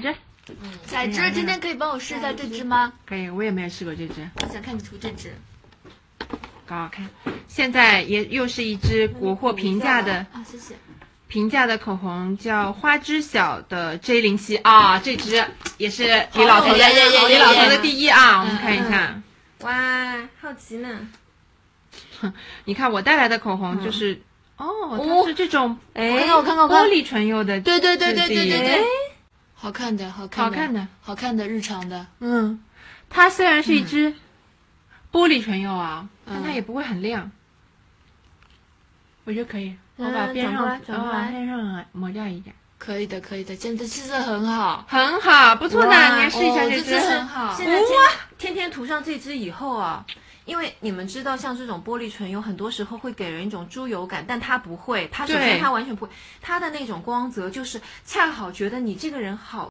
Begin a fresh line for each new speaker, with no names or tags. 这
奶
哎
汁，今天可以帮我试一下这只吗？
可以，我也没有试过这只，
我想看你涂这只。
搞好看。现在也又是一支国货平价的
啊，谢谢。
平价的口红，叫花知晓的 J 零七啊，这支也是李老头的，
耶耶耶耶
李老头的第一
嗯
啊。我们看一下，
哇，好奇呢。
你看我带来的口红就是，哦，它是这种
嗯哦我看看，我看看，我
哎玻
看看。
璃唇釉的质地，哎
对对对对对对对，好看的，好看的，
好看的，
好看的，日常的。
嗯，它虽然是一支玻璃唇釉啊，
嗯
但它也不会很亮，我觉得可以。我把
嗯
边
转
上
过来转
我
过
把
来
边上抹掉一点，
可以的，可以的，真的气色很好。
很好，不错的，
哇
你来试一下
哦
这
这
支
支。很好。
现在天天天涂上这支以后啊，因为你们知道，像这种玻璃唇釉，很多时候会给人一种猪油感，但它不会。它首
对
先它完全不会，它的那种光泽就是恰好觉得你这个人好